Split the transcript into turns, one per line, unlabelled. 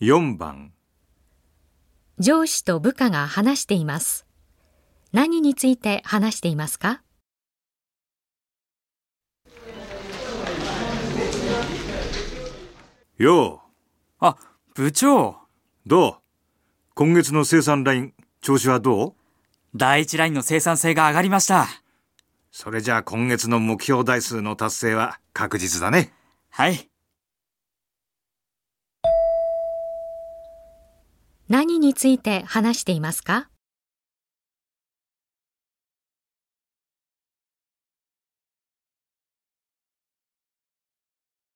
4番
上司と部下が話しています。何について話していますか
よ
あ、部長。
うどう今月の生産ライン調子はどう
第一ラインの生産性が上がりました。
それじゃあ今月の目標台数の達成は確実だね
はい。
何について話していますか